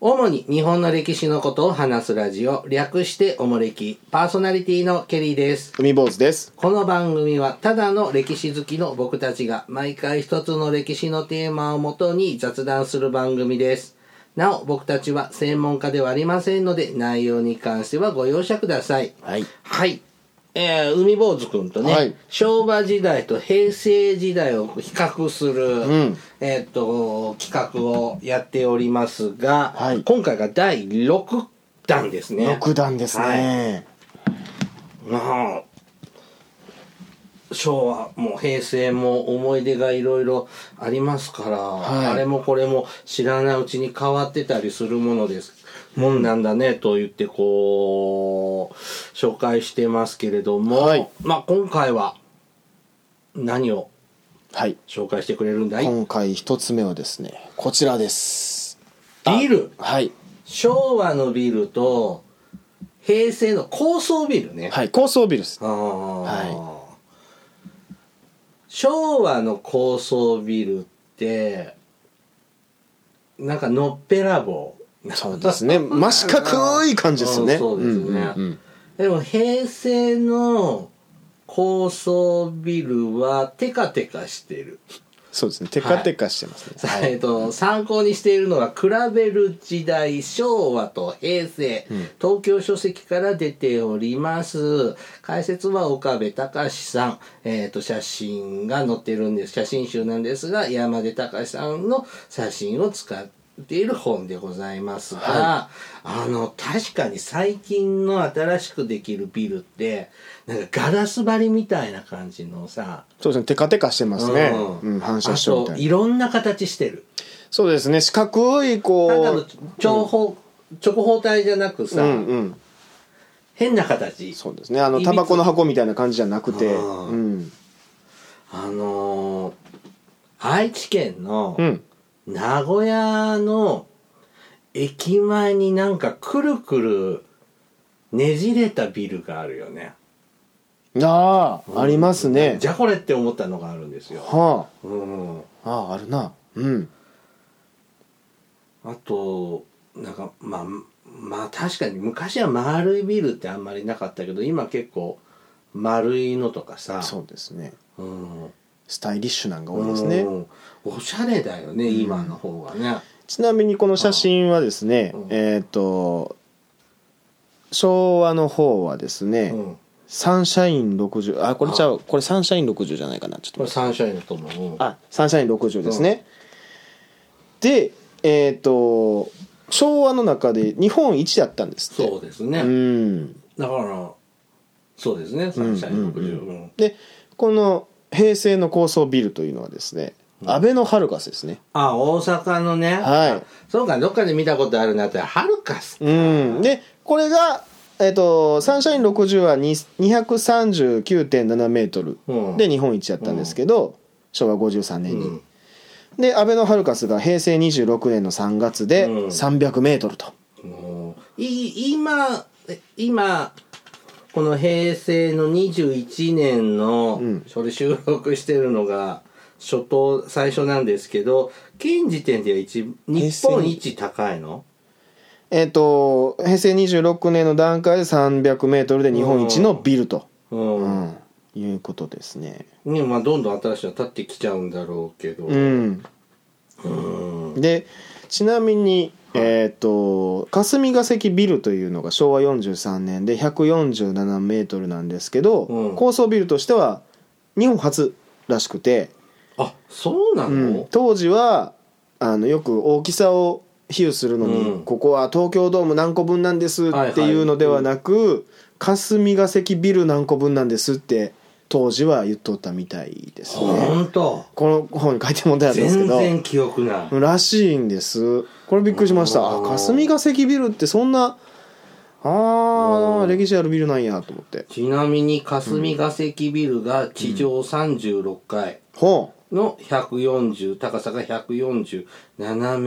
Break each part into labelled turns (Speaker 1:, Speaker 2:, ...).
Speaker 1: 主に日本の歴史のことを話すラジオ、略しておもれき、パーソナリティのケリーです。
Speaker 2: 海坊主です。
Speaker 1: この番組はただの歴史好きの僕たちが毎回一つの歴史のテーマをもとに雑談する番組です。なお、僕たちは専門家ではありませんので、内容に関してはご容赦ください。
Speaker 2: はい。
Speaker 1: はい。えー、海坊主くんとね、
Speaker 2: はい
Speaker 1: 昭和時代と平成時代を比較する、
Speaker 2: ん
Speaker 1: えーっ、と、企画をやっておりますが、
Speaker 2: はい
Speaker 1: 今回が第6弾ですね。
Speaker 2: 六段ですね。
Speaker 1: まあ、昭和も平成も思い出がいろいろありますから、
Speaker 2: い
Speaker 1: あれもこれも知らないうちに変わってたりするものです。もんなんだねと言ってこう、紹介してますけれども、
Speaker 2: はい
Speaker 1: まあ今回は何を
Speaker 2: はい。
Speaker 1: 紹介してくれるんだいビ
Speaker 2: 今回一つ目はですね、こちらです。
Speaker 1: ール
Speaker 2: はい。
Speaker 1: 昭和のビルと平成の高層ビルね。
Speaker 2: はい。高層ビルです。
Speaker 1: ああ、
Speaker 2: は
Speaker 1: 昭和の高層ビルってなんかのっぺらぼう
Speaker 2: そうですね。真四角い感じですね。
Speaker 1: うんそうですね
Speaker 2: んんうん
Speaker 1: でも平成の高層ビルはテカテカしてる、
Speaker 2: そうですね。テカテカしてますね。は
Speaker 1: えっ
Speaker 2: い。
Speaker 1: と参考にしているのは「比べる時代昭和と平成」
Speaker 2: うん
Speaker 1: 東京書籍から出ております解説は岡部隆さん、えっと写真が載ってるんです写真集なんですが山出隆さんの写真を使っている本でございますが、あの確かに最近の新しくできるビルってなんかガラス張りみたいな感じのさ
Speaker 2: そうですね。テカテカしてますね。うん。反射してみ
Speaker 1: あ
Speaker 2: た
Speaker 1: と
Speaker 2: い
Speaker 1: い
Speaker 2: な。
Speaker 1: ろんな形してる
Speaker 2: そうですね。四角い、
Speaker 1: ただの
Speaker 2: こ
Speaker 1: 長方、直方体じゃなく
Speaker 2: う。う
Speaker 1: さ、
Speaker 2: んうん。
Speaker 1: 変な形
Speaker 2: そうですね。あの、
Speaker 1: いびつ
Speaker 2: タバコの箱みたいな感じじゃなく
Speaker 1: あ
Speaker 2: て。
Speaker 1: ー
Speaker 2: うん。
Speaker 1: あのー愛知県の
Speaker 2: うん。
Speaker 1: 名古屋の駅前になんかくるくるねじれたビルがあるよね
Speaker 2: ああ、ありますね
Speaker 1: じ。ゃこれって思ったのがあるんですよ、
Speaker 2: は
Speaker 1: うん、
Speaker 2: あ。ああ、あるな。うん。
Speaker 1: あとなんかまあまあ確かに昔は丸いビルってあんまりなかったけど今結構丸いのとかさ
Speaker 2: そうですね。
Speaker 1: うん
Speaker 2: スタイリッシュなんが多いですね。
Speaker 1: うんおしゃれだよね、今の方がね。
Speaker 2: ちなみにこの写真はですね
Speaker 1: うん、
Speaker 2: えっと、昭和の方はですね、
Speaker 1: うん。
Speaker 2: サンシャイン60、あ、これちゃう、これサンシャイン60じゃないかな、ちょっ
Speaker 1: こ
Speaker 2: と
Speaker 1: れ
Speaker 2: 待って。
Speaker 1: サンシャインだと思う。
Speaker 2: あ、サンシャイン60ですね。で、えっと、昭和の中で日本一だったんですって。
Speaker 1: そうですね。
Speaker 2: うん。
Speaker 1: だから、そうですね、サンシャイン60。
Speaker 2: う
Speaker 1: うん
Speaker 2: で、この平成の高層ビルというのはですね、アベノハルカスですね。
Speaker 1: あ、大阪のね。
Speaker 2: はい
Speaker 1: そうか、どっかで見たことあるなって、はるかす。
Speaker 2: うん、でこれが、えっとサンシャイン60はに239.7メートル
Speaker 1: うん
Speaker 2: で日本一やったんですけど、昭和53
Speaker 1: う
Speaker 2: 年に、
Speaker 1: ん。
Speaker 2: でアベノハルカスが平成26年の3月で
Speaker 1: うん
Speaker 2: 300メートルと、
Speaker 1: もうい今、え今、この平成の21年の
Speaker 2: うん、
Speaker 1: それ収録してるのが、初頭、最初なんですけど、現時点では一、日本一高いの
Speaker 2: えっ、と平成26年の段階で300メートルで日本一のビルと、
Speaker 1: う。
Speaker 2: うんんいうことですね
Speaker 1: ね、まあ、どんどん新しいの立ってきちゃうんだろうけど。
Speaker 2: うん
Speaker 1: うん。
Speaker 2: でちなみに、えー、と霞が関ビルというのが昭和43年で147メートルなんですけど、
Speaker 1: うん
Speaker 2: 高層ビルとしては日本初らしくて、
Speaker 1: あ、そうな
Speaker 2: うん
Speaker 1: の、
Speaker 2: 当時はあのよく大きさを比喩するのに、
Speaker 1: うん
Speaker 2: ここは東京ドーム何個分なんです
Speaker 1: はいはい
Speaker 2: っていうのではなく、霞が関ビル何個分なんですって当時は言っとったみたいです
Speaker 1: ほ
Speaker 2: ね。
Speaker 1: んと
Speaker 2: この本に書いてもらったんですけ
Speaker 1: 全
Speaker 2: ど
Speaker 1: 然記憶ない。
Speaker 2: らしいんですこれびっくりしましたあ
Speaker 1: うん
Speaker 2: 霞が関ビルってそんな
Speaker 1: う
Speaker 2: あー
Speaker 1: ん
Speaker 2: 歴史あるビルなんやと思って
Speaker 1: ちなみに、霞が関ビルが地上36階
Speaker 2: ほ
Speaker 1: の140、高さが147メ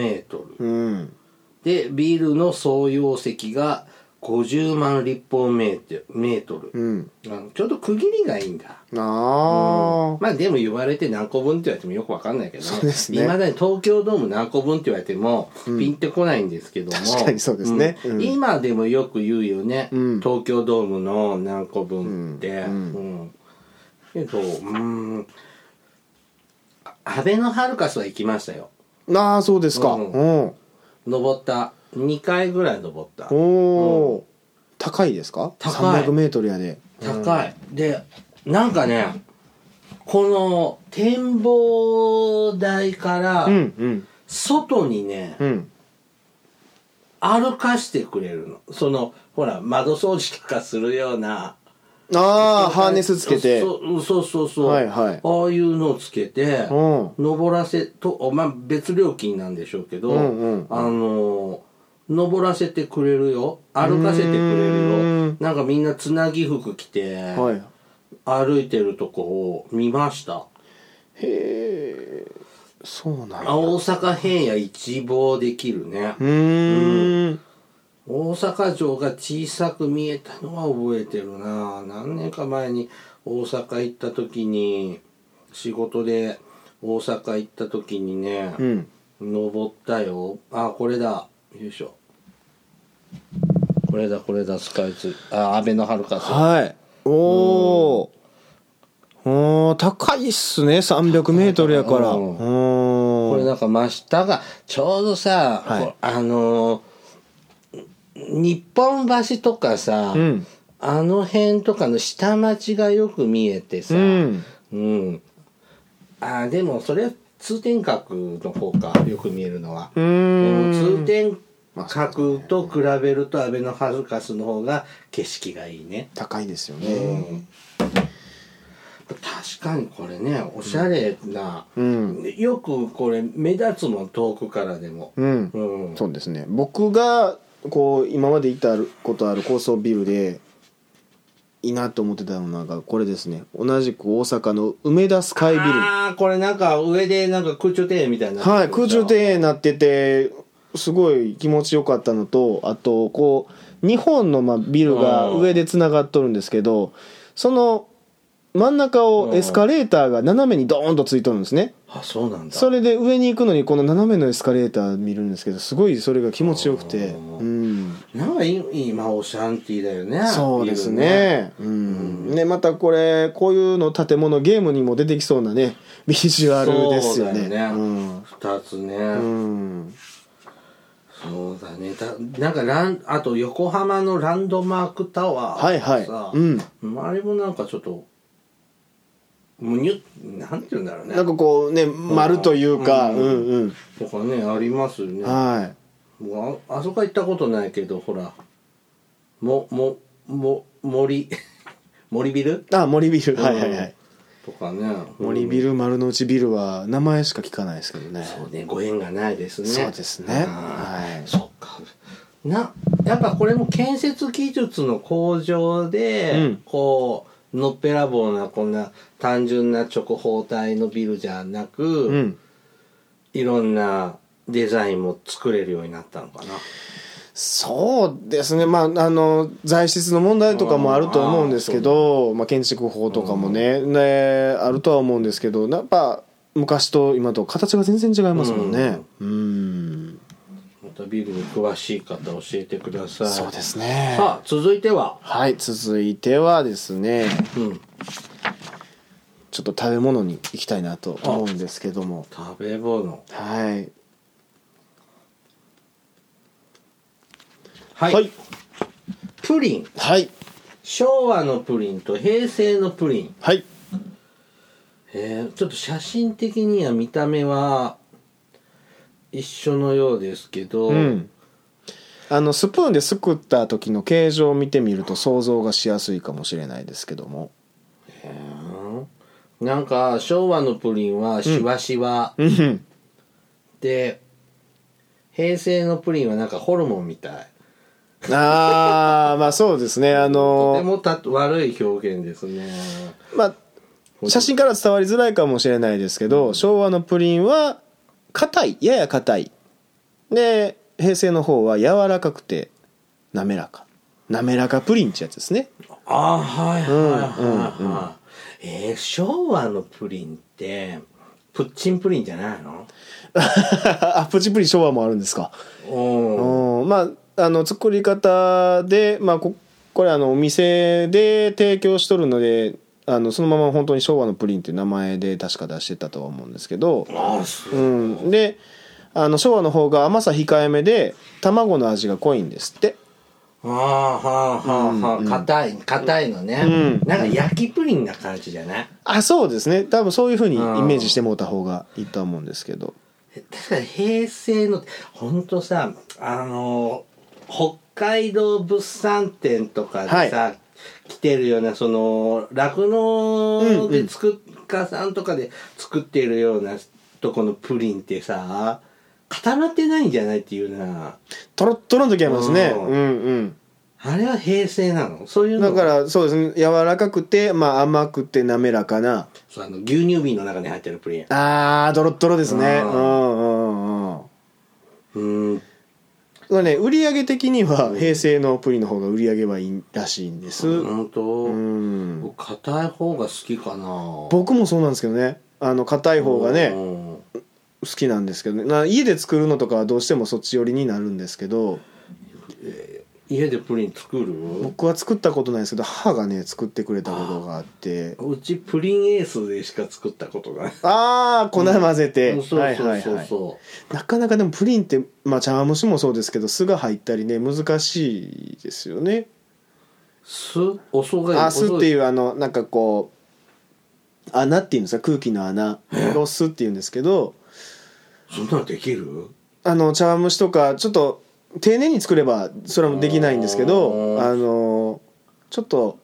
Speaker 1: ートル。
Speaker 2: ううん
Speaker 1: で、ビルの総容積が50万立方メートルメートル、
Speaker 2: うん
Speaker 1: あのちょうど区切りがいいんだ
Speaker 2: ああ、
Speaker 1: まあでも言われて何個分って言われてもよくわかんないけど
Speaker 2: そうですね
Speaker 1: いまだに東京ドーム何個分って言われてもピンってこないんですけども、
Speaker 2: 確かにそうですね
Speaker 1: うん
Speaker 2: うん
Speaker 1: 今でもよく言うよね、
Speaker 2: うん
Speaker 1: 東京ドームの何個分って、
Speaker 2: う
Speaker 1: うんんけどうんあアベノハルカスは行きましたよ
Speaker 2: ああそうですか、う
Speaker 1: うんん登った2回ぐらい登った
Speaker 2: おおー、高いですか
Speaker 1: 高い
Speaker 2: 300m やで
Speaker 1: 高い、でなんかねこの展望台から、
Speaker 2: うんうん
Speaker 1: 外にね、
Speaker 2: うん
Speaker 1: 歩かしてくれるのそのほら窓掃除とかするような
Speaker 2: ああハーネスつけてう
Speaker 1: そそうそうそう、
Speaker 2: はいは
Speaker 1: ああ
Speaker 2: い
Speaker 1: いうのをつけて
Speaker 2: ん
Speaker 1: 登らせとまあ別料金なんでしょうけど、
Speaker 2: うんうん
Speaker 1: あのー登らせてくれるよ歩かせてくれる
Speaker 2: うん
Speaker 1: よなんかみんなつなぎ服着て
Speaker 2: はい
Speaker 1: 歩いてるとこを見ました、
Speaker 2: へえそうなん
Speaker 1: あ
Speaker 2: だ
Speaker 1: 大阪平野一望できるね、
Speaker 2: うーん
Speaker 1: 大阪城が小さく見えたのは覚えてるな何年か前に大阪行った時に仕事で大阪行った時にね、
Speaker 2: うん
Speaker 1: 登ったよあこれだよいしょこれだこれだスカイツリーあアベノハルカス
Speaker 2: はいおーおー高いっすね 300m やから
Speaker 1: う
Speaker 2: うんん
Speaker 1: これなんか真下がちょうどさ、
Speaker 2: はい
Speaker 1: こあのー日本橋とかさ、
Speaker 2: うん
Speaker 1: あの辺とかの下町がよく見えてさ、
Speaker 2: うん
Speaker 1: うん。あーでもそれは通天閣の方かよく見えるのは。
Speaker 2: う
Speaker 1: で
Speaker 2: ー
Speaker 1: も
Speaker 2: ん
Speaker 1: 通天閣と比べるとアベノハルカスの方が景色がいいね。
Speaker 2: 高いですよ
Speaker 1: う
Speaker 2: ね
Speaker 1: ん。確かにこれねおしゃれな、
Speaker 2: うん
Speaker 1: よくこれ目立つもん遠くからでも。
Speaker 2: うん
Speaker 1: うん。
Speaker 2: そうですね僕がこう今まで行ったことある高層ビルでいいなと思ってたのがこれですね同じく大阪の梅田スカイビル
Speaker 1: ああこれなんか上でなんか空中庭園みたいになってる
Speaker 2: はい空中庭園になっててすごい気持ちよかったのとあとこう2本のまあビルが
Speaker 1: うん
Speaker 2: 上でつながっとるんですけどその真ん中をエスカレーターが斜めにドーンとついとるんですね
Speaker 1: あそうなんだ。
Speaker 2: それで上に行くのにこの斜めのエスカレーター見るんですけどすごいそれが気持ちよくて
Speaker 1: うん
Speaker 2: うん
Speaker 1: なんかいい今オシャンティーだよね。
Speaker 2: そうですね。うん。ね、またこれ、こういうの建物ゲームにも出てきそうなね、ビジュアルですよね。
Speaker 1: そうだよね
Speaker 2: ん。
Speaker 1: 二つね、
Speaker 2: うん。
Speaker 1: そうだねだなんかランあと横浜のランドマークタワー
Speaker 2: はい
Speaker 1: さ
Speaker 2: はい。うん。
Speaker 1: あれもなんかちょっとむにゅなんて言うんだろうね
Speaker 2: なんかこうね、丸というか、う
Speaker 1: うんん
Speaker 2: うん。
Speaker 1: とかねありますよね
Speaker 2: は
Speaker 1: もうああそこは行ったことないけどほらももも森 森ビル
Speaker 2: い。あ、森ビル。はいはいはい。
Speaker 1: とかね
Speaker 2: 森ビ
Speaker 1: ル
Speaker 2: ル、丸の内ビルは、名前しか聞かないですけどね。
Speaker 1: そうねご縁がないですね
Speaker 2: そうですね。は
Speaker 1: そっかなやっぱこれも建設技術の向上で、
Speaker 2: うん
Speaker 1: こうのっぺらぼうなこんな単純な直方体のビルじゃなく、
Speaker 2: い。うん。
Speaker 1: いろんなデザインも作れるようになったのかな。
Speaker 2: そうですね、まあ、あの材質の問題とかもあると思うんですけど、まあ、建築法とかもね,、ねあるとは思うんですけどやっぱ昔と今と形が全然違いますもんねうん
Speaker 1: またビルに詳しい方教えてください。
Speaker 2: そうですね
Speaker 1: さあ続いては、
Speaker 2: はい続いてはですね
Speaker 1: うん、
Speaker 2: ちょっと食べ物に行きたいなと思うんですけども
Speaker 1: 食べ物。
Speaker 2: はい
Speaker 1: はい、
Speaker 2: はい、
Speaker 1: プリン。
Speaker 2: はい
Speaker 1: 昭和のプリンと平成のプリン。
Speaker 2: はい
Speaker 1: えーちょっと写真的には見た目は一緒のようですけど、
Speaker 2: うんあのスプーンですくった時の形状を見てみると想像がしやすいかもしれないですけども
Speaker 1: へーなんか昭和のプリンはシワシワ、
Speaker 2: うん
Speaker 1: で平成のプリンはなんかホルモンみたい
Speaker 2: ああまあそうですねあ
Speaker 1: とて
Speaker 2: の
Speaker 1: もた悪い表現ですね
Speaker 2: まあ写真から伝わりづらいかもしれないですけど、昭和のプリンは硬いやや硬いで平成の方は柔らかくて滑らか滑らかプリンってやつです ね
Speaker 1: あはいはい
Speaker 2: ん
Speaker 1: はいはい、えー昭和のプリンってプッチンプリンじゃないの
Speaker 2: あプチプリン昭和もあるんですか
Speaker 1: うん
Speaker 2: うんまああの作り方で、まあ、ここれあのお店で提供しとるのであのそのまま本当に昭和のプリンっていう名前で確か出してたとは思うんですけど、
Speaker 1: あす
Speaker 2: うん、であの昭和の方が甘さ控えめで卵の味が濃いんですって
Speaker 1: あーはあはあはあ硬い硬いのね、
Speaker 2: うん
Speaker 1: なんか焼きプリンな感じじゃない
Speaker 2: あそうですね多分そういうふうにイメージしてもうた方がいいとは思うんですけど
Speaker 1: 確かに平成のほんとさあの北海道物産展とかでさ、来てるようなその酪農で作っ、家さんとかで作ってるようなとこのプリンってさ固まってないんじゃないっていうな
Speaker 2: とろっとろの時ありますね
Speaker 1: うん
Speaker 2: うんうん
Speaker 1: あれは平成なのそういう
Speaker 2: だ
Speaker 1: の
Speaker 2: からそうですね柔らかくて、まあ、甘くて滑らかな
Speaker 1: そうあの牛乳瓶の中に入ってるプリン
Speaker 2: あードロッドロですね
Speaker 1: う
Speaker 2: うんんうんうん
Speaker 1: うん
Speaker 2: まあね売り上げ的には平成のプリンの方が売り上げはいいらしいんですう
Speaker 1: 本当
Speaker 2: ん
Speaker 1: 僕硬い方が好きかな
Speaker 2: 僕もそうなんですけどねあの硬い方がね
Speaker 1: うん
Speaker 2: 好きなんですけどねな家で作るのとかはどうしてもそっち寄りになるんですけど
Speaker 1: 家でプリン作る
Speaker 2: 僕は作ったことないですけど母がね作ってくれたことがあって
Speaker 1: うちプリンエースでしか作ったことがない。
Speaker 2: ああ粉混ぜて、
Speaker 1: そうそうそうそ
Speaker 2: なかなかでもプリンって、まあ、茶碗蒸しもそうですけど酢が入ったりね難しいですよね
Speaker 1: う。酢、おそが。
Speaker 2: あ酢っていううあのなんかこう穴っていうんですか空気の穴を酢っていうんですけど
Speaker 1: そんなのできる
Speaker 2: あの茶碗蒸しとかちょっと丁寧に作ればそれもできないんですけど
Speaker 1: あー
Speaker 2: あのちょっと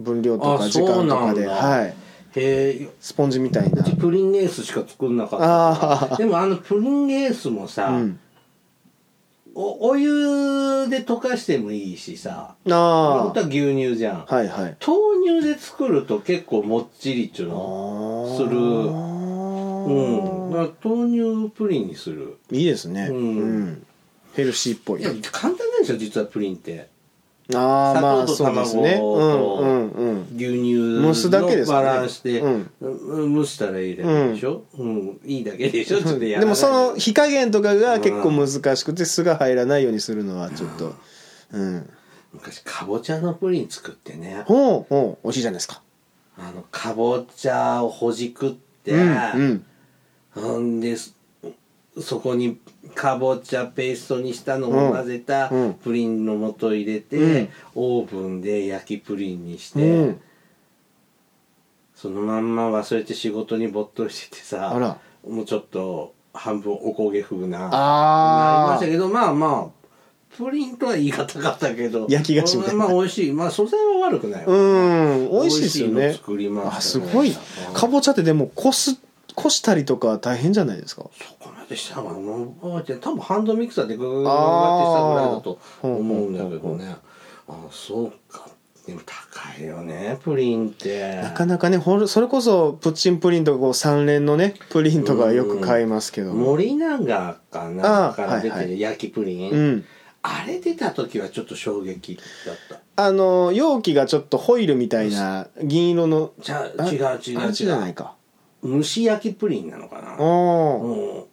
Speaker 2: 分量と
Speaker 1: あ
Speaker 2: か時間とか
Speaker 1: そうなん
Speaker 2: で、
Speaker 1: だ
Speaker 2: はい、
Speaker 1: へえ、
Speaker 2: スポンジみたいうな
Speaker 1: ちプリンエースしか作んなかった。
Speaker 2: ああ
Speaker 1: でもあのプリンエースもさ、
Speaker 2: うん
Speaker 1: おお湯で溶かしてもいいしさ、
Speaker 2: あ
Speaker 1: 本当は牛乳じゃん。
Speaker 2: あはいはい
Speaker 1: 豆乳で作ると結構もっちりっちゅうの。す
Speaker 2: す
Speaker 1: るうん。だから豆乳プリンにする。
Speaker 2: いいですね、
Speaker 1: う
Speaker 2: うんんヘルシーっぽ
Speaker 1: い
Speaker 2: い
Speaker 1: や、簡単なんですよ、実はプリンって。
Speaker 2: ああま
Speaker 1: 砂
Speaker 2: あ
Speaker 1: 糖と
Speaker 2: そうですねう
Speaker 1: 卵と
Speaker 2: んうんうん
Speaker 1: 牛乳
Speaker 2: 蒸すだけです
Speaker 1: の
Speaker 2: ね
Speaker 1: バランスで、
Speaker 2: うん
Speaker 1: うん蒸したらいいだけでしょ、うんいいだけでしょちょっとやら
Speaker 2: で
Speaker 1: ない
Speaker 2: もその火加減とかが結構難しくて酢が入らないようにするのはちょっとうん
Speaker 1: 昔かぼちゃのプリン作ってね
Speaker 2: ほうほう美味しいじゃないですか
Speaker 1: あのかぼちゃをほじくって、
Speaker 2: うんうん
Speaker 1: ほんでそそこにかぼちゃペーストにしたのを混ぜた
Speaker 2: うんうん
Speaker 1: プリンの素入れて、
Speaker 2: うん
Speaker 1: オーブンで焼きプリンにして、
Speaker 2: うん
Speaker 1: そのまんま忘れて仕事に没頭しててさ
Speaker 2: あら
Speaker 1: もうちょっと半分おこげ風ななりま
Speaker 2: あ
Speaker 1: した
Speaker 2: あ
Speaker 1: けどまあまあプリンとは言い難かったけど
Speaker 2: 焼き菓子みたいな
Speaker 1: まあまあ美味しいまあ素材は悪くない、
Speaker 2: うん美味しいです
Speaker 1: 美味し
Speaker 2: よ
Speaker 1: いの
Speaker 2: ね
Speaker 1: 作りま
Speaker 2: あ
Speaker 1: す
Speaker 2: す
Speaker 1: ね
Speaker 2: ごい
Speaker 1: うん
Speaker 2: かぼちゃってでもこすこしたりとか大変じゃないですか
Speaker 1: そこまでしたのかなもう覚えてない多分ハンドミキサーでグーグーってしたぐらいだと思うんだけどねあそうかでも高いよねプリンって
Speaker 2: なかなかねほんそれこそプッチンプリンとかこう三連のねプリンとかよく買いますけども
Speaker 1: 森永かな
Speaker 2: あー
Speaker 1: から出て
Speaker 2: はいは
Speaker 1: る焼きプリン、
Speaker 2: うん
Speaker 1: あれ出た時はちょっと衝撃だった
Speaker 2: あの容器がちょっとホイルみたいな銀色の
Speaker 1: じゃ
Speaker 2: あ
Speaker 1: 違う違
Speaker 2: あ
Speaker 1: う
Speaker 2: れじゃな
Speaker 1: 違
Speaker 2: いか
Speaker 1: う蒸し焼きプリンなのかな
Speaker 2: お
Speaker 1: う
Speaker 2: ー
Speaker 1: ん、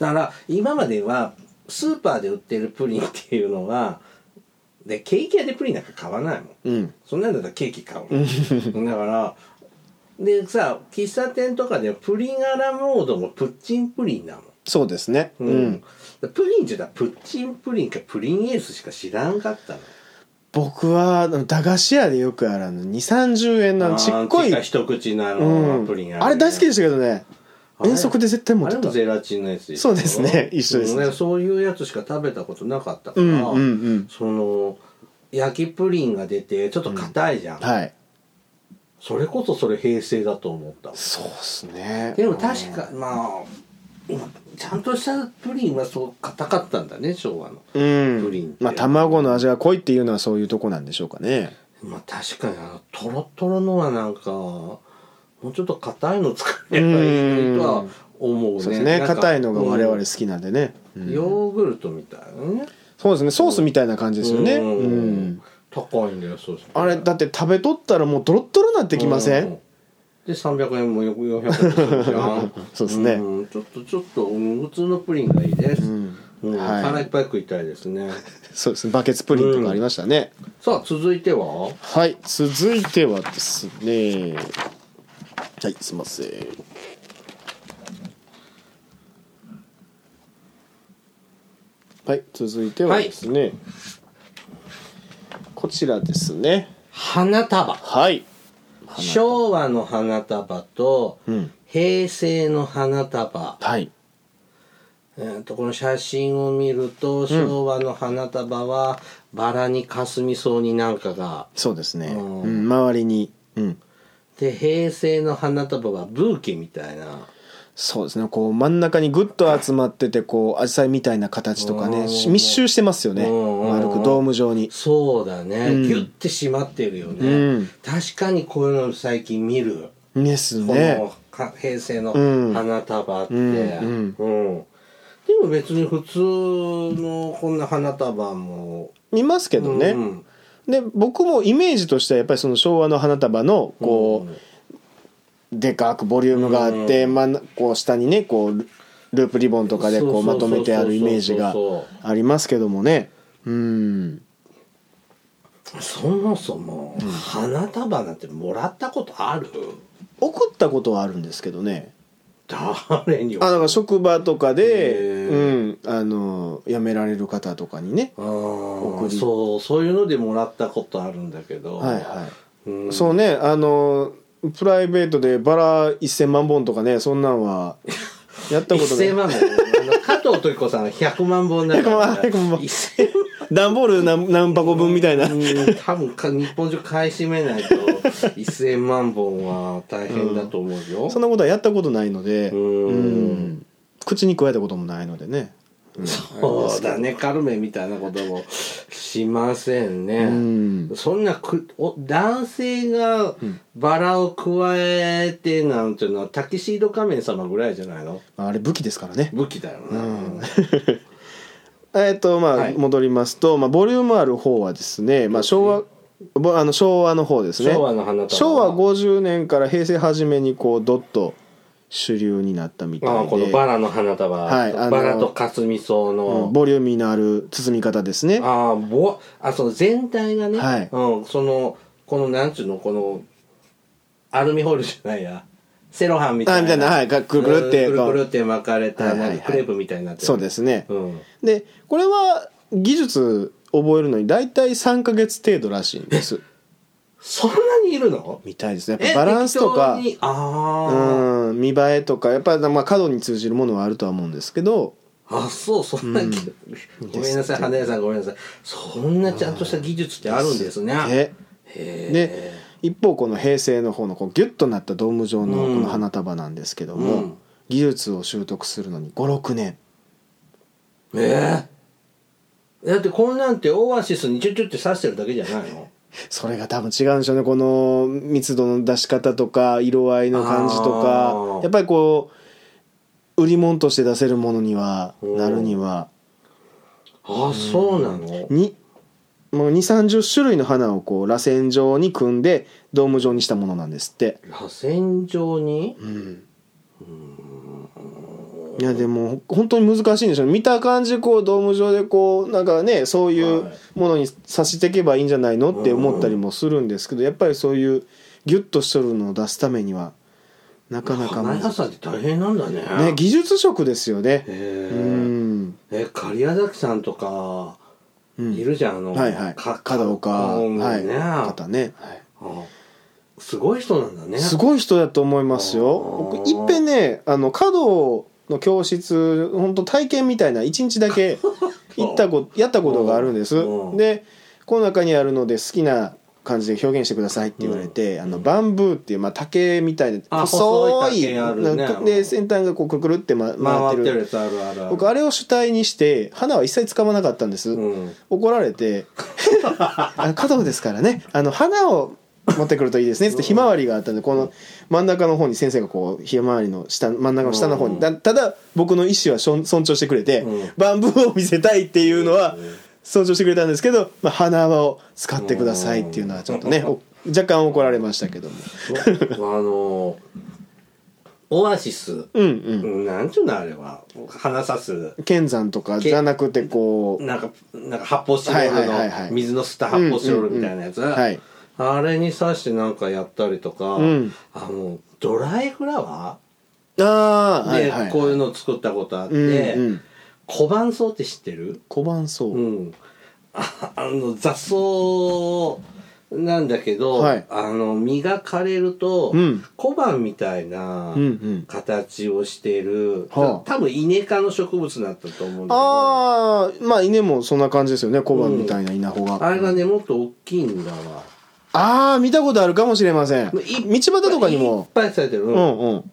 Speaker 1: だから今まではスーパーで売ってるプリンっていうのはでケーキ屋でプリンなんか買わないもん
Speaker 2: うん
Speaker 1: そんなんだったらケーキ買う もんだからでさ喫茶店とかでプリンアラモードもプッチンプリンだもん
Speaker 2: そうですねう
Speaker 1: だ
Speaker 2: ん、
Speaker 1: からプリンって言ったらプッチンプリンかプリンエースしか知らんかったの
Speaker 2: 僕はあの駄菓子屋でよくあるあの2 3 0円のあのちっこい
Speaker 1: あー一口のあ
Speaker 2: う
Speaker 1: の
Speaker 2: ん
Speaker 1: プリン
Speaker 2: あれ大好きでしたけどね
Speaker 1: あれ
Speaker 2: 遠足で絶対持っ
Speaker 1: あ
Speaker 2: て
Speaker 1: れも
Speaker 2: た
Speaker 1: ゼラチンのやつでしょ
Speaker 2: そうですね一緒ですね
Speaker 1: うんそういうやつしか食べたことなかったか
Speaker 2: う
Speaker 1: ら、
Speaker 2: んうんうん
Speaker 1: その焼きプリンが出てちょっと硬いじゃん、
Speaker 2: はい
Speaker 1: それこそそれ平成だと思った
Speaker 2: そうっすね
Speaker 1: でも確かまあちゃんとしたプリンはそう硬かったんだね昭和の
Speaker 2: う
Speaker 1: プリンっ
Speaker 2: ん
Speaker 1: て
Speaker 2: まあ卵の味が濃いっていうのはそういうとこなんでしょうかね
Speaker 1: まあ確かにあのトロトロのはなんかもうちょっと硬いの使えばいいとは思うね
Speaker 2: そうですね
Speaker 1: なんか
Speaker 2: 硬いのが我々
Speaker 1: う
Speaker 2: 好きなんでね、うんん
Speaker 1: ヨーグルトみたいなね
Speaker 2: そうですねソースみたいな感じですよね
Speaker 1: うん
Speaker 2: うん
Speaker 1: 高いんだよそうです
Speaker 2: あれだって食べとったらもうドロッドロなってきませ
Speaker 1: うんで300円も400円もするじゃん
Speaker 2: そうですね
Speaker 1: んちょっとちょっと、うん普通のプリンがいいです、うん
Speaker 2: はい
Speaker 1: 腹いっぱい食いたいですね
Speaker 2: そうですねバケツプリンとかありましたね
Speaker 1: さあ続いては
Speaker 2: はい続いてはですねはいすいませんはい続いてはですね、こちらですね
Speaker 1: 花束
Speaker 2: はい
Speaker 1: 昭和の花束と
Speaker 2: うん
Speaker 1: 平成の花束、
Speaker 2: はい
Speaker 1: えー、とこの写真を見ると昭和の花束はバラにかすみそうになんかが
Speaker 2: そうですね、
Speaker 1: うん
Speaker 2: うん、周りにうん
Speaker 1: で平成の花束はブーケみたいな
Speaker 2: そうですねこう真ん中にグッと集まっててこうアジサイみたいな形とか
Speaker 1: う
Speaker 2: ね
Speaker 1: ん
Speaker 2: し密集してますよね
Speaker 1: うん
Speaker 2: 丸くドーム状に
Speaker 1: そうだね、
Speaker 2: うん
Speaker 1: ギュッて締まってるよね、
Speaker 2: うん
Speaker 1: 確かにこういうの最近見る
Speaker 2: です
Speaker 1: こ
Speaker 2: ね
Speaker 1: のか平成の
Speaker 2: うん
Speaker 1: 花束って、う
Speaker 2: うんん
Speaker 1: でも別に普通のこんな花束も
Speaker 2: 見ますけどね、
Speaker 1: うん
Speaker 2: で僕もイメージとしてはやっぱりその昭和の花束のこう、でかくボリュームがあって、まあ、こう下にねこうルループリボンとかでこうまとめてあるイメージが
Speaker 1: そうそうそうそう
Speaker 2: ありますけどもねうん
Speaker 1: そもそも花束なんてもらったことある、
Speaker 2: 送ったことはあるんですけどね
Speaker 1: 誰に
Speaker 2: あだから職場とか
Speaker 1: へ
Speaker 2: で、
Speaker 1: ー
Speaker 2: うん、あの辞められる方とかにね
Speaker 1: あー
Speaker 2: 送り
Speaker 1: そうそういうのでもらったことあるんだけど、
Speaker 2: はいはい、
Speaker 1: うん
Speaker 2: そうねあのプライベートでバラ1,000万本とかねそんなんはやったことない
Speaker 1: 1000万本あの加藤時子さんが100万本だから
Speaker 2: 100万本
Speaker 1: 1000万
Speaker 2: 段ボール何何箱分みたいな
Speaker 1: うん多分か日本中買い占めないと1000万本は大変だと思うよ、
Speaker 2: そんなことはやったことないので
Speaker 1: ん
Speaker 2: うん口に加えたこともないのでね
Speaker 1: そうだねカルメみたいなこともしませんね、
Speaker 2: うん
Speaker 1: そんなくお男性がバラを加えてなんていうのはタキシード仮面様ぐらいじゃないの
Speaker 2: あれ武器ですからね
Speaker 1: 武器だよな、
Speaker 2: えっとま
Speaker 1: は
Speaker 2: あ
Speaker 1: い
Speaker 2: 戻りますとまあボリュームある方はですねまあ昭和ぼあの昭和の方ですね
Speaker 1: 昭和の花束は
Speaker 2: 昭和50年から平成初めにこうドッと主流になったみ
Speaker 1: あ
Speaker 2: た
Speaker 1: あ
Speaker 2: い
Speaker 1: この
Speaker 2: で
Speaker 1: バラの花束、
Speaker 2: はいあの
Speaker 1: バラとかすみ草
Speaker 2: う
Speaker 1: の
Speaker 2: ん、ボリューミーのある包み方ですね
Speaker 1: ああぼあその全体がね、
Speaker 2: はい
Speaker 1: うん、そのこのなんちゅうのこのアルミホイルじゃないやセロハンみたいな
Speaker 2: あみたいなはいがくるくるって
Speaker 1: うんく
Speaker 2: こう
Speaker 1: るくるって巻かれた、
Speaker 2: はいはいはい
Speaker 1: なんかクレープみたいになってる
Speaker 2: そうですね
Speaker 1: うん、
Speaker 2: でこれは技術覚えるのに大体3か月程度らしいん です
Speaker 1: そんなにいるの
Speaker 2: みたいですねやっぱバランスとか
Speaker 1: え適当にあ
Speaker 2: うん見栄えとかやっぱりまあ過度に通じるものはあるとは思うんですけど
Speaker 1: あ、あそうそんな、 ごめんなさい花屋さんごめんなさいそんなちゃんとした技術ってあるんですね
Speaker 2: で
Speaker 1: へ
Speaker 2: で一方この平成の方のこうギュッとなったドーム状のこ
Speaker 1: うん
Speaker 2: の花束なんですけども、
Speaker 1: うん
Speaker 2: 技術を習得するのに56年
Speaker 1: ええだってこんなんてオアシスにチュチュって刺してるだけじゃないの
Speaker 2: それが多分違うんでしょうねこの密度の出し方とか色合いの感じと
Speaker 1: あ
Speaker 2: か
Speaker 1: ー
Speaker 2: やっぱりこう売り物として出せるものにはなるには
Speaker 1: あそうなの
Speaker 2: にもう2 3 0種類の花をこう螺旋状に組んでドーム状にしたものなんですって
Speaker 1: 螺旋状に
Speaker 2: うんいやでも本当に難しいんでしょうね見た感じこうドーム状でこうなんかねそういう
Speaker 1: はい
Speaker 2: ものにさしていけばいいんじゃないのって思ったりもするんですけどやっぱりそういうギュッとしとるのを出すためにはなかなか
Speaker 1: 花
Speaker 2: 難
Speaker 1: 屋
Speaker 2: し
Speaker 1: さんって大変なんだね
Speaker 2: いね技術職ですよね
Speaker 1: へ
Speaker 2: う
Speaker 1: え
Speaker 2: ん
Speaker 1: え狩矢崎さんとか
Speaker 2: うん
Speaker 1: いるじゃんあの
Speaker 2: はいはい
Speaker 1: か
Speaker 2: 片岡
Speaker 1: うんね
Speaker 2: はい
Speaker 1: あ
Speaker 2: 方ねはい
Speaker 1: すごい人なんだね
Speaker 2: すごい人だと思いますよ
Speaker 1: あー
Speaker 2: 僕いっぺんねあの華道の教室本当体験みたいな一日だ け行ったこやったことがあるんです
Speaker 1: うん
Speaker 2: でこの中にあるので好きな感じで表現してくださいって言われて、あのバンブーっていう、まあ、竹みたいな
Speaker 1: あ
Speaker 2: 細い
Speaker 1: 細い竹あるね
Speaker 2: なんかで先端がこうくるくるって、ま、回
Speaker 1: 回っ
Speaker 2: っ
Speaker 1: てて
Speaker 2: る
Speaker 1: るやつあるあるある
Speaker 2: 僕あれを主体にして花は一切使わなかったんです、
Speaker 1: うん
Speaker 2: 怒られて「あの加藤ですからねあの花を持ってくるといいですね」つってひまわりがあったんでこの真ん中の方に先生がこうひまわりの下真ん中の下の方
Speaker 1: うん
Speaker 2: にだただ僕の意思はしょん尊重してくれて、
Speaker 1: うん
Speaker 2: バンブーを見せたいっていうのは尊重してくれたんですけど、まあ、花輪を使ってくださいっていうのはちょっとねお若干怒られましたけども
Speaker 1: おあのオアシス、
Speaker 2: うんうん
Speaker 1: なんちゅうのあれは花さす
Speaker 2: 剣山とかじゃなくてこ
Speaker 1: なんかなんか発泡スチロー
Speaker 2: は
Speaker 1: ル
Speaker 2: いはいはいは
Speaker 1: の
Speaker 2: い
Speaker 1: 水の吸った発泡スチロールみたいなやつ、
Speaker 2: うはい
Speaker 1: あれに刺してなんかやったりとか、
Speaker 2: うん
Speaker 1: あのドライフラワ
Speaker 2: ああ
Speaker 1: ー
Speaker 2: は
Speaker 1: で、
Speaker 2: いはい
Speaker 1: こういうの作ったことあって、
Speaker 2: うんうん
Speaker 1: 小判草って知ってる
Speaker 2: 小判草
Speaker 1: うん、ああの雑草なんだけど、
Speaker 2: はい
Speaker 1: あの実が枯れると、
Speaker 2: うん
Speaker 1: 小判みたいな
Speaker 2: うんうん
Speaker 1: 形をしてる、
Speaker 2: はあ
Speaker 1: た多分イネ科の植物だったと思うんだけど
Speaker 2: ああまあ稲もそんな感じですよね小判みたいな稲穂が、
Speaker 1: あれがねもっと大きいんだわ
Speaker 2: ああ見たことあるかもしれません道
Speaker 1: いっ
Speaker 2: 端とかに
Speaker 1: いっ
Speaker 2: も
Speaker 1: ぱいされてる、
Speaker 2: う
Speaker 1: うん
Speaker 2: んうん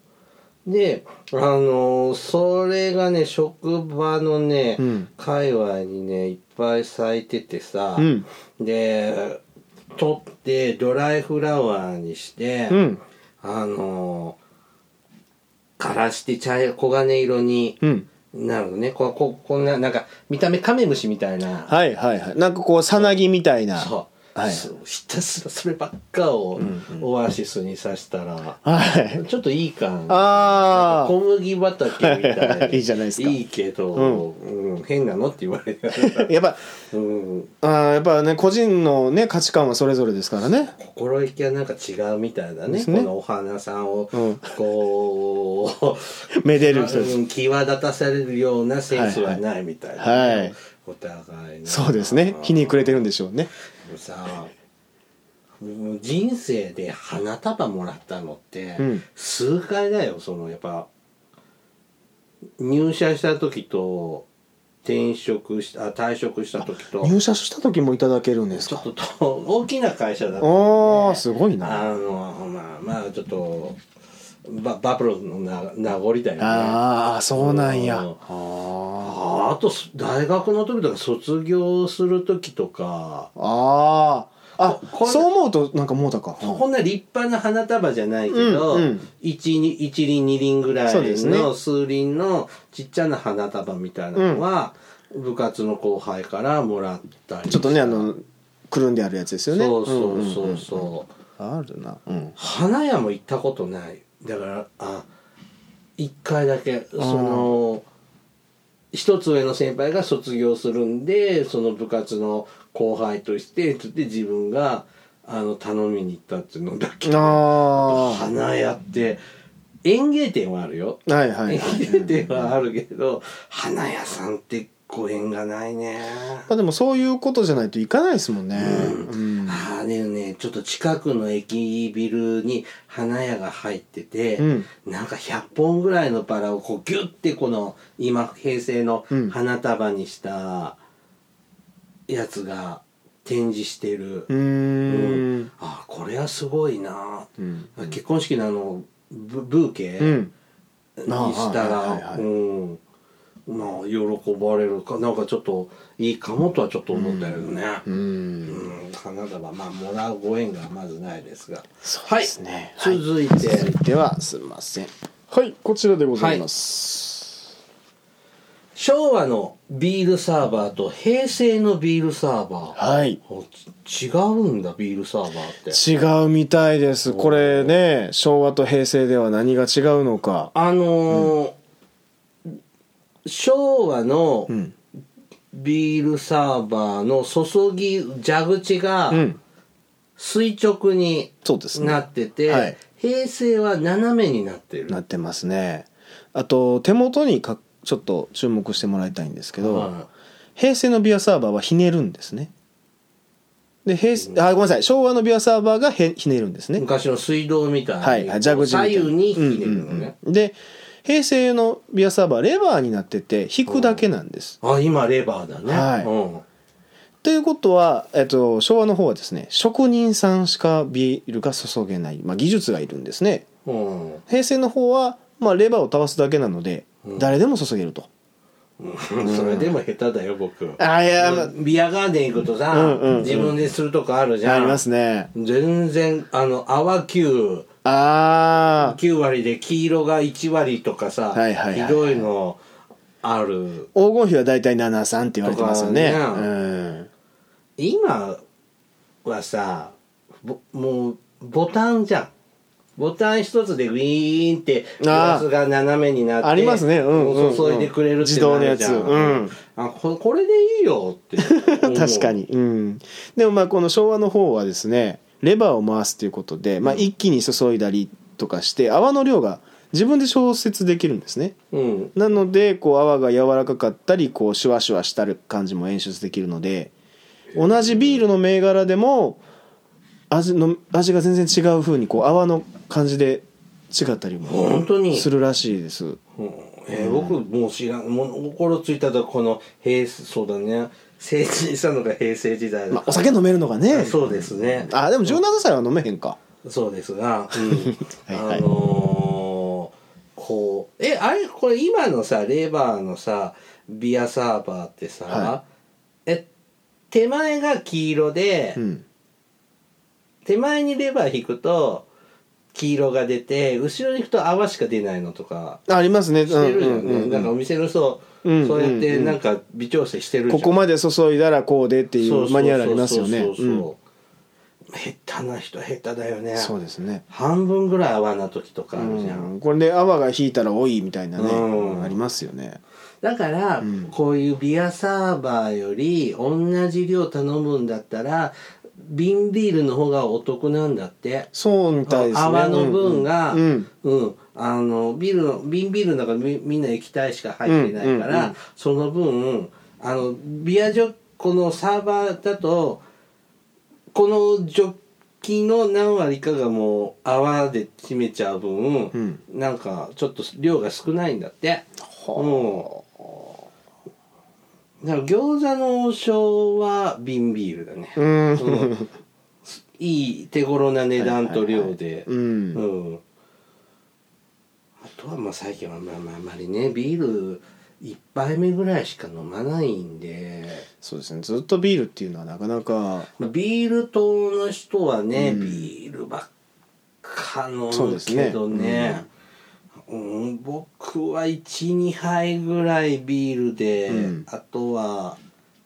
Speaker 1: であのーそれがね職場のね、
Speaker 2: うん
Speaker 1: 界隈にねいっぱい咲いててさ、
Speaker 2: うん
Speaker 1: で取ってドライフラワーにして、
Speaker 2: うん
Speaker 1: あのー枯らして茶色黄金色に
Speaker 2: うん
Speaker 1: なるのねこここんななんか見た目カメムシみたいな、
Speaker 2: はいはいはいなんかこうさなぎみたいな
Speaker 1: そう、
Speaker 2: はい
Speaker 1: そうひたすらそればっかをオアシスにさしたら、
Speaker 2: はい
Speaker 1: ちょっといい感
Speaker 2: あ
Speaker 1: 小麦畑みたい
Speaker 2: いいじゃないですか
Speaker 1: いいけど、うん変なのって言われたら、
Speaker 2: あやっぱ
Speaker 1: うん、
Speaker 2: あーやっぱね個人のね価値観はそれぞれですからね
Speaker 1: 心意気はなんか違うみたいだね
Speaker 2: ですね
Speaker 1: このお花さんを、
Speaker 2: うん
Speaker 1: こう
Speaker 2: めでる人です
Speaker 1: うん際立たされるようなセンスはないみたいな、
Speaker 2: はいはい
Speaker 1: お互いの
Speaker 2: そうですね日に暮れてるんでしょうね
Speaker 1: さもう人生で花束もらったのって、
Speaker 2: うん
Speaker 1: 数回だよそのやっぱ入社した時と転職したあ退職した時と
Speaker 2: 入社した時もいただけるんです
Speaker 1: ちょ
Speaker 2: か
Speaker 1: っとと大きな会社だった
Speaker 2: ああすごいな
Speaker 1: あのまあまあちょっとババブルのな名残だよね
Speaker 2: ああそうなんや
Speaker 1: うん
Speaker 2: あー
Speaker 1: ああとそ大学の時とか卒業する時とか
Speaker 2: あーあ
Speaker 1: ここれ
Speaker 2: そう思うとなんかもうたか
Speaker 1: こんな立派な花束じゃないけど、
Speaker 2: うんうん
Speaker 1: 一輪一輪二輪ぐらい
Speaker 2: そうですね
Speaker 1: の数輪のちっちゃな花束みたいなのは、部活の後輩からもらったり
Speaker 2: ちょっとねあのくるんであるやつですよね
Speaker 1: そうそうそ
Speaker 2: んん
Speaker 1: うそう,、
Speaker 2: あるなうん
Speaker 1: 花屋も行ったことないだからあ一回だけその一つ上の先輩が卒業するんでその部活の後輩としてつって自分があの頼みに行ったっていうのだけ
Speaker 2: あ
Speaker 1: 花屋って園芸店はあるよ
Speaker 2: あはいはい
Speaker 1: 園
Speaker 2: はい
Speaker 1: 芸店はあるけど花屋さんってご縁がないね
Speaker 2: まあでもそういうことじゃないといかないですもんねうん
Speaker 1: ああねねちょっと近くの駅ビルに花屋が入ってて、
Speaker 2: うん
Speaker 1: なんか100本ぐらいのバラをこうギュッてこの今平成の
Speaker 2: うん
Speaker 1: 花束にしたやつが展示してる、
Speaker 2: うーん
Speaker 1: ああこれはすごいな、
Speaker 2: うん
Speaker 1: 結婚式のあのブブーケ、
Speaker 2: うん
Speaker 1: にした
Speaker 2: あはいはい
Speaker 1: ら、
Speaker 2: はい
Speaker 1: うん、まあ喜ばれるかなんかちょっといいかもとはちょっと思ったけどね、
Speaker 2: う
Speaker 1: うんん花束まあもらうご縁がまずないですが
Speaker 2: そうですね
Speaker 1: は、
Speaker 2: はいい
Speaker 1: 続いて、
Speaker 2: 続いてはすいませんはいこちらでございます
Speaker 1: 昭和のビールサーバーと平成のビールサーバー、
Speaker 2: はい
Speaker 1: おち違うんだビールサーバーって
Speaker 2: 違うみたいですこれね昭和と平成では何が違うのか
Speaker 1: あのー昭和の
Speaker 2: うん
Speaker 1: ビールサーバーの注ぎ蛇口が
Speaker 2: うん
Speaker 1: 垂直に
Speaker 2: そうですね
Speaker 1: なってて、
Speaker 2: はい
Speaker 1: 平成は斜めになってる
Speaker 2: なってますねあと手元にかちょっと注目してもらいたいんですけど、
Speaker 1: は
Speaker 2: 平成のビアサーバーはひねるんですねで平成あごめんなさい昭和のビアサーバーがへひねるんです
Speaker 1: い
Speaker 2: ね
Speaker 1: 昔の水道みた
Speaker 2: はいい
Speaker 1: に、
Speaker 2: はい蛇口みたいな
Speaker 1: 左右にひねるのね、
Speaker 2: うんうんうんで平成のビアサーバーはレバーになってて引くだけなんです、
Speaker 1: あ今レバーだね、
Speaker 2: はい
Speaker 1: うん
Speaker 2: ということは、えっと、昭和の方はですね職人さんしかビールが注げない、まあ、技術がいるんですね
Speaker 1: うん
Speaker 2: 平成の方は、まあ、レバーを倒すだけなので、
Speaker 1: うん
Speaker 2: 誰でも注げると
Speaker 1: うんそれでも下手だよ僕
Speaker 2: あいや、
Speaker 1: ビアガーデン行くとさ、
Speaker 2: うんうんうん
Speaker 1: 自分でするとこあるじゃん
Speaker 2: ありますね
Speaker 1: 全然あの泡9 9
Speaker 2: ああ
Speaker 1: 割で黄色が1割とかさ、
Speaker 2: はいはいはい
Speaker 1: ひどいのある
Speaker 2: 黄金比は大体73って言われてますよね
Speaker 1: とかね
Speaker 2: うん
Speaker 1: 今はさぼもうボタンじゃんボタン一つでウィーンってグラスが斜めになって
Speaker 2: ありますねうんうんうん
Speaker 1: 注いでくれるってなるじゃん
Speaker 2: 自動のやつ
Speaker 1: あここれでいいよって
Speaker 2: 確
Speaker 1: 確
Speaker 2: かに、うん、でもまあこの昭和の方はですねレバーを回すということで、まあ、一気に注いだりとかして泡の量が自分で調節できるんですね
Speaker 1: うん
Speaker 2: なのでこう泡が柔らかかったりこうシュワシュワしたる感じも演出できるので同じビールの銘柄でも味の味が全然違う風にこう泡の感じで違ったりも
Speaker 1: 本当に
Speaker 2: するらしいです
Speaker 1: うんえー僕もう知らんもう心ついたとこの平そうだね成人したのが平成時代だ
Speaker 2: まあ、お酒飲めるのがね
Speaker 1: そうですね
Speaker 2: あでも17歳は飲めへんか
Speaker 1: そうですが、うん
Speaker 2: はいはい
Speaker 1: あのーこうえあれこれ今のさレバーのさビアサーバーってさ、
Speaker 2: は
Speaker 1: え手前が黄色で、
Speaker 2: うん
Speaker 1: 手前にレバー引くと黄色が出て後ろに引くと泡しか出ないのとか
Speaker 2: ありますねうん
Speaker 1: してるよね、
Speaker 2: うんうん
Speaker 1: なんかお店の人、
Speaker 2: うん
Speaker 1: そうやっ
Speaker 2: うん
Speaker 1: て
Speaker 2: うん
Speaker 1: なんか微調整してるじゃ
Speaker 2: こ
Speaker 1: ん
Speaker 2: こまで注いだらこうでってい
Speaker 1: そうう
Speaker 2: マニュアルありますよね
Speaker 1: そうそうそ
Speaker 2: う
Speaker 1: うんそう下手な人下手だよね
Speaker 2: そうですね
Speaker 1: 半分ぐらい泡な時とかあるじゃん、
Speaker 2: うんこれで泡が引いたら多いみたいなね
Speaker 1: うん
Speaker 2: ありますよね
Speaker 1: だから、こういうビアサーバーより同じ量頼むんだったら瓶ビールの方がお得なんだって、
Speaker 2: そうみたいですね
Speaker 1: 泡の分が
Speaker 2: うんう
Speaker 1: う
Speaker 2: ん
Speaker 1: んあのビールの瓶ビールの中みみんな液体しか入ってないから、
Speaker 2: うんうんう
Speaker 1: その分あのビアジョこのサーバーだとこのジョッキの何割かがもう泡で締めちゃう分、
Speaker 2: うん
Speaker 1: なんかちょっと量が少ないんだって。
Speaker 2: は
Speaker 1: だから餃子の王将は瓶ビールだね、
Speaker 2: あうん
Speaker 1: うんいい手頃な値段と量で、
Speaker 2: うん
Speaker 1: うんあとはまあ最近はまあまああまりねビール1杯目ぐらいしか飲まないんで、
Speaker 2: そうですねずっとビールっていうのはなかなか
Speaker 1: まあ、ビール党の人はね、
Speaker 2: うん
Speaker 1: ビールばっか飲
Speaker 2: そう
Speaker 1: む
Speaker 2: ですね
Speaker 1: けどねうん、僕は12杯ぐらいビールで、
Speaker 2: うん
Speaker 1: あとは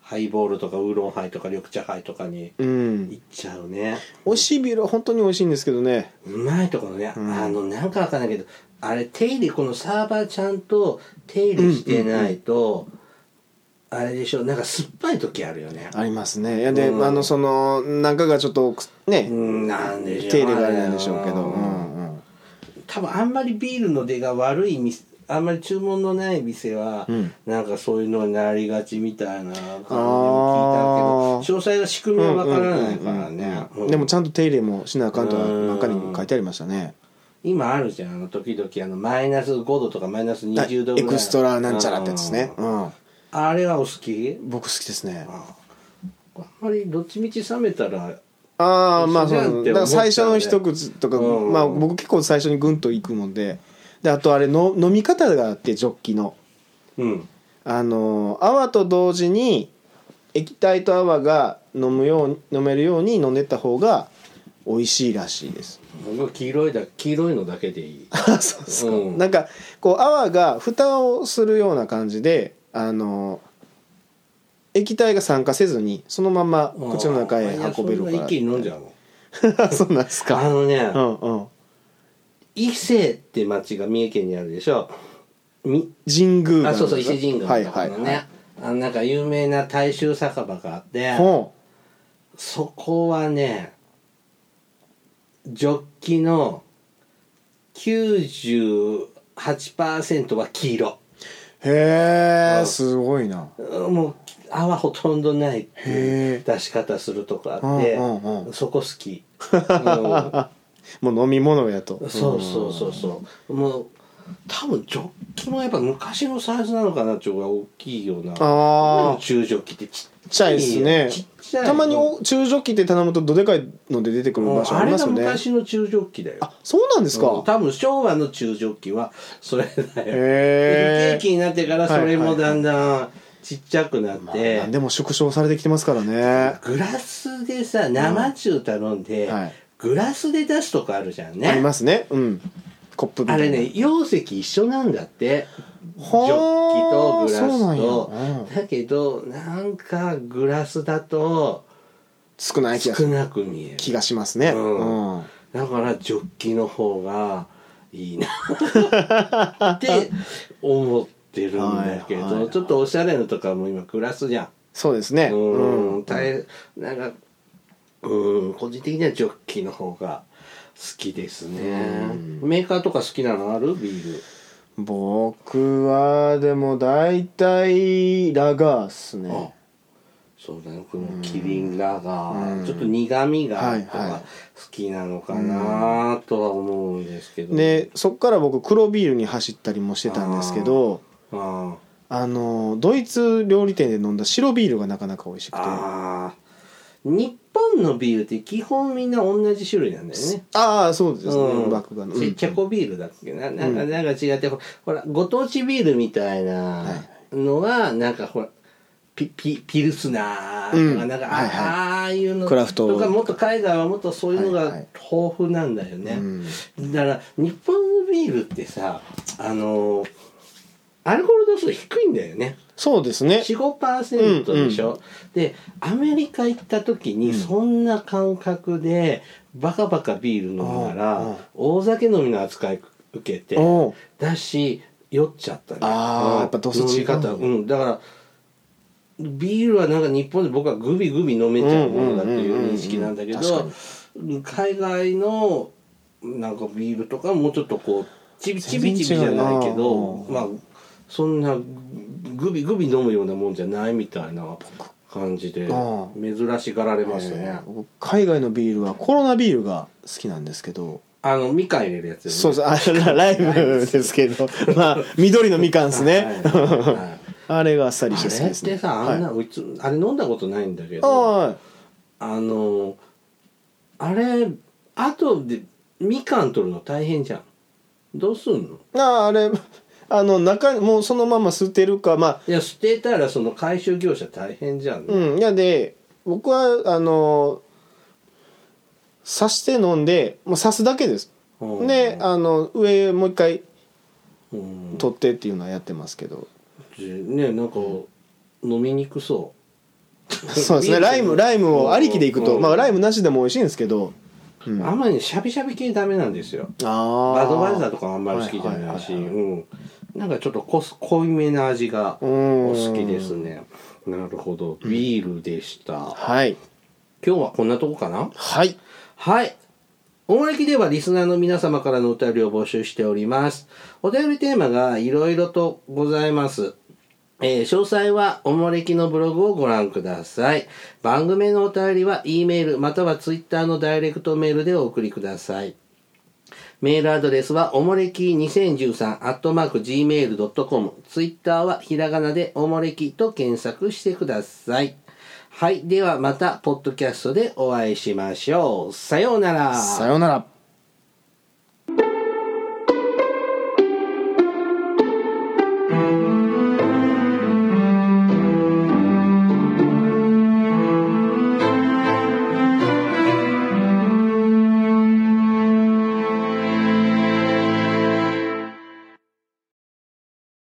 Speaker 1: ハイボールとかウーロンハイとか緑茶ハイとかに
Speaker 2: うん
Speaker 1: いっちゃうね
Speaker 2: 美味しいビールは本当に美味しいんですけどね
Speaker 1: うまいところね、
Speaker 2: うん
Speaker 1: あのなんかわかんないけどあれ手入れこのサーバーちゃんと手入れしてないと、あれでしょなんか酸っぱい時あるよね
Speaker 2: ありますねいやで
Speaker 1: うん
Speaker 2: あのそのなんかがちょっと
Speaker 1: う
Speaker 2: ね
Speaker 1: んなんでしょう
Speaker 2: 手入れがあれなんでしょうけど
Speaker 1: う
Speaker 2: うんんうん
Speaker 1: 多分あんまりビールの出が悪い店あんまり注文のない店は、
Speaker 2: うん
Speaker 1: なんかそういうのになりがちみたいな感じも聞いたけど
Speaker 2: あー
Speaker 1: 詳細は仕組みはわからないからね
Speaker 2: うんうんうんでもちゃんと手入れもしなあかんと
Speaker 1: うん
Speaker 2: ばっかりも書いてありましたね
Speaker 1: 今あるじゃんあの時々あのマイナス5度とかマイナス
Speaker 2: あ
Speaker 1: 20度ぐらい
Speaker 2: エクストラなんちゃらってやつですね
Speaker 1: う
Speaker 2: うんん
Speaker 1: あれはお好き
Speaker 2: 僕好きですね
Speaker 1: ああんまりどっちみち冷めたら
Speaker 2: ああまあ
Speaker 1: 一緒じゃん
Speaker 2: そう
Speaker 1: って
Speaker 2: だ
Speaker 1: 思
Speaker 2: か
Speaker 1: っちゃ
Speaker 2: ら
Speaker 1: う
Speaker 2: 最
Speaker 1: ね
Speaker 2: 初の一口とか
Speaker 1: うん
Speaker 2: まあ僕結構最初にグンといくもんでであとあれの飲み方があってジョッキの
Speaker 1: うん
Speaker 2: あの泡と同時に液体と泡が飲むように飲めるように飲んでった方が美味しいらしいです
Speaker 1: 僕は黄色いだ黄色いのだけでいい
Speaker 2: そうそう、
Speaker 1: うん
Speaker 2: なんかこう泡が蓋をするような感じであの液体が酸化せずにそのまま口の中へ運べる
Speaker 1: いやそんな一気に飲んじ
Speaker 2: う
Speaker 1: ゃうも
Speaker 2: そうなんです
Speaker 1: んあ
Speaker 2: か
Speaker 1: のね、
Speaker 2: うんうん
Speaker 1: 伊勢って町が三重県にあるでしょみ
Speaker 2: 神宮
Speaker 1: あ
Speaker 2: なんです
Speaker 1: そうそう伊勢神宮
Speaker 2: はい
Speaker 1: のとこ
Speaker 2: は
Speaker 1: ろ
Speaker 2: い
Speaker 1: のね、
Speaker 2: はい
Speaker 1: あのなんか有名な大衆酒場があって
Speaker 2: ほ
Speaker 1: そこはねジョッキの98%は黄色
Speaker 2: うへ
Speaker 1: う
Speaker 2: え
Speaker 1: ん
Speaker 2: すごいな
Speaker 1: もう泡ほとんどないってい
Speaker 2: へ
Speaker 1: う
Speaker 2: え
Speaker 1: 出し方するとこあって、
Speaker 2: うんうんうん
Speaker 1: そこ好 き、う
Speaker 2: もう飲み物やと
Speaker 1: んそうそうそうそうもう多分ジョッキもやっぱ昔のサイズなのかなっていうのが大きいような
Speaker 2: ああ
Speaker 1: 中ジョッキってち
Speaker 2: ちっちゃいですね
Speaker 1: ちっちゃい
Speaker 2: たまにお中ジョッキって頼むとどでかいので出てくる
Speaker 1: もう
Speaker 2: 場所あ
Speaker 1: あ
Speaker 2: り
Speaker 1: れ
Speaker 2: ま
Speaker 1: が
Speaker 2: すよね
Speaker 1: 昔の中ジョッキだよ
Speaker 2: あそうなんですか、
Speaker 1: うん多分昭和の中ジョッキはそれだよ
Speaker 2: へえ
Speaker 1: ケーキになってからそれもだんだんちっちゃくなって、
Speaker 2: まあでも縮小されてきてますからね
Speaker 1: グラスでさ生中頼んで、
Speaker 2: はい
Speaker 1: グラスで出すとこあるじゃんね
Speaker 2: ありますねうんコップみ
Speaker 1: あ
Speaker 2: たいな
Speaker 1: れね容積一緒なんだってジョッキとグラス
Speaker 2: そう
Speaker 1: と
Speaker 2: なんやうん
Speaker 1: だけどなんかグラスだと
Speaker 2: 少ない気が
Speaker 1: 少なく見える
Speaker 2: 気がしますね、
Speaker 1: うん
Speaker 2: うん
Speaker 1: だからジョッキの方がいい なって思ってるんだけど、
Speaker 2: はいはい
Speaker 1: ちょっとおしゃれのとかも今グラスじゃん
Speaker 2: そうですね
Speaker 1: うん、
Speaker 2: うん
Speaker 1: 大なんかうん個人的にはジョッキの方が好きですね、メーカーとか好きなのあるビール
Speaker 2: 僕はでも大体ラガーっす
Speaker 1: あ
Speaker 2: ね
Speaker 1: そうだねこのキリンラガー、
Speaker 2: うん
Speaker 1: ちょっと苦みが
Speaker 2: はいはい
Speaker 1: やっぱ好きなのかなとは思うんですけど
Speaker 2: でそっから僕黒ビールに走ったりもしてたんですけど
Speaker 1: あ
Speaker 2: あのドイツ料理店で飲んだ白ビールがなかなか美味し
Speaker 1: ー
Speaker 2: くてあ
Speaker 1: あー日本のビールって基本みんな同じ種類なんだよね
Speaker 2: あーそうですね、
Speaker 1: うん
Speaker 2: 麦芽の、
Speaker 1: チチェコビールだっけななんか
Speaker 2: うん
Speaker 1: なんか違ってほほらご当地ビールみたいなのはなんかほらピピピルスナーとか
Speaker 2: うん
Speaker 1: なんか、
Speaker 2: はいはい
Speaker 1: あああいうの
Speaker 2: クラフト
Speaker 1: とかもっと海外はもっとそういうのが
Speaker 2: はいはい
Speaker 1: 豊富なんだよね、
Speaker 2: うん
Speaker 1: だから日本のビールってさあのアルコール度数低いんだよね
Speaker 2: そうですね
Speaker 1: 45%でしょ、でアメリカ行った時にそんな感覚でバカバカビール飲んだ
Speaker 2: うんう
Speaker 1: ら
Speaker 2: ん
Speaker 1: 大酒飲みの扱い受けて
Speaker 2: おう
Speaker 1: だし酔っちゃったね
Speaker 2: あー
Speaker 1: うん
Speaker 2: やっぱ度数違う
Speaker 1: 飲み方うんだからビールはなんか日本で僕はグビグビ飲めちゃうものだっていう認識なんだけ
Speaker 2: うんうんうんう
Speaker 1: ど
Speaker 2: ん
Speaker 1: 海外のなんかビールとかもうちょっとこうちびちびちびじゃ
Speaker 2: 全然違うな
Speaker 1: ないけど
Speaker 2: うん
Speaker 1: まあそんなグビグビ飲むようなもんじゃないみたいな感じで
Speaker 2: う
Speaker 1: 珍しがられましたね
Speaker 2: えー僕海外のビールはコロナビールが好きなんですけど
Speaker 1: あのみかん入れるやつよね
Speaker 2: そうですあライブですけどまあ緑のみかんですね
Speaker 1: はいはいはい
Speaker 2: あれがあっさりして好
Speaker 1: あ
Speaker 2: き
Speaker 1: れ
Speaker 2: で
Speaker 1: っ
Speaker 2: すね
Speaker 1: てさあんな、うちあれ飲んだことないんだけどあ
Speaker 2: はい、あ
Speaker 1: のあれ後でみかん取るの大変じゃんどうすんの
Speaker 2: ああああれあの中にもうそのまま捨てるかまあ
Speaker 1: いや捨てたらその回収業者大変じゃん、
Speaker 2: うんいやで僕はあの刺して飲んでもう刺すだけです、
Speaker 1: うん
Speaker 2: であの上もう一回
Speaker 1: うん
Speaker 2: 取ってっていうのはやってますけ ど、
Speaker 1: ねなんか飲みにくそ
Speaker 2: そうですねライムライムをありきでいくと、
Speaker 1: うん
Speaker 2: まあライムなしでも美味しいんですけど、う
Speaker 1: う、
Speaker 2: ん、
Speaker 1: あんまりねシャビシャビ系ダメなんですよ
Speaker 2: あ
Speaker 1: バドバイザーと
Speaker 2: と
Speaker 1: かあんまり好きじゃないし、
Speaker 2: はいはいは
Speaker 1: うん、なんかちょっと濃す濃いめな味が
Speaker 2: う
Speaker 1: お
Speaker 2: ん
Speaker 1: 好きですねなるほどビールでした、
Speaker 2: はい
Speaker 1: 今日はこんなとこかな
Speaker 2: はい
Speaker 1: はいおもれきではリスナーの皆様からのお便りを募集しておりますお便りテーマがいろいろとございますえー詳細はおもれきのブログをご覧ください。番組へのお便りは E メールまたは Twitter のダイレクトメールでお送りください。メールアドレスは、おもれき2013、アットマーク、gmail.com。ツイッターは、ひらがなで、おもれきと検索してください。はい。では、また、ポッドキャストでお会いしましょう。さようなら。
Speaker 2: さようなら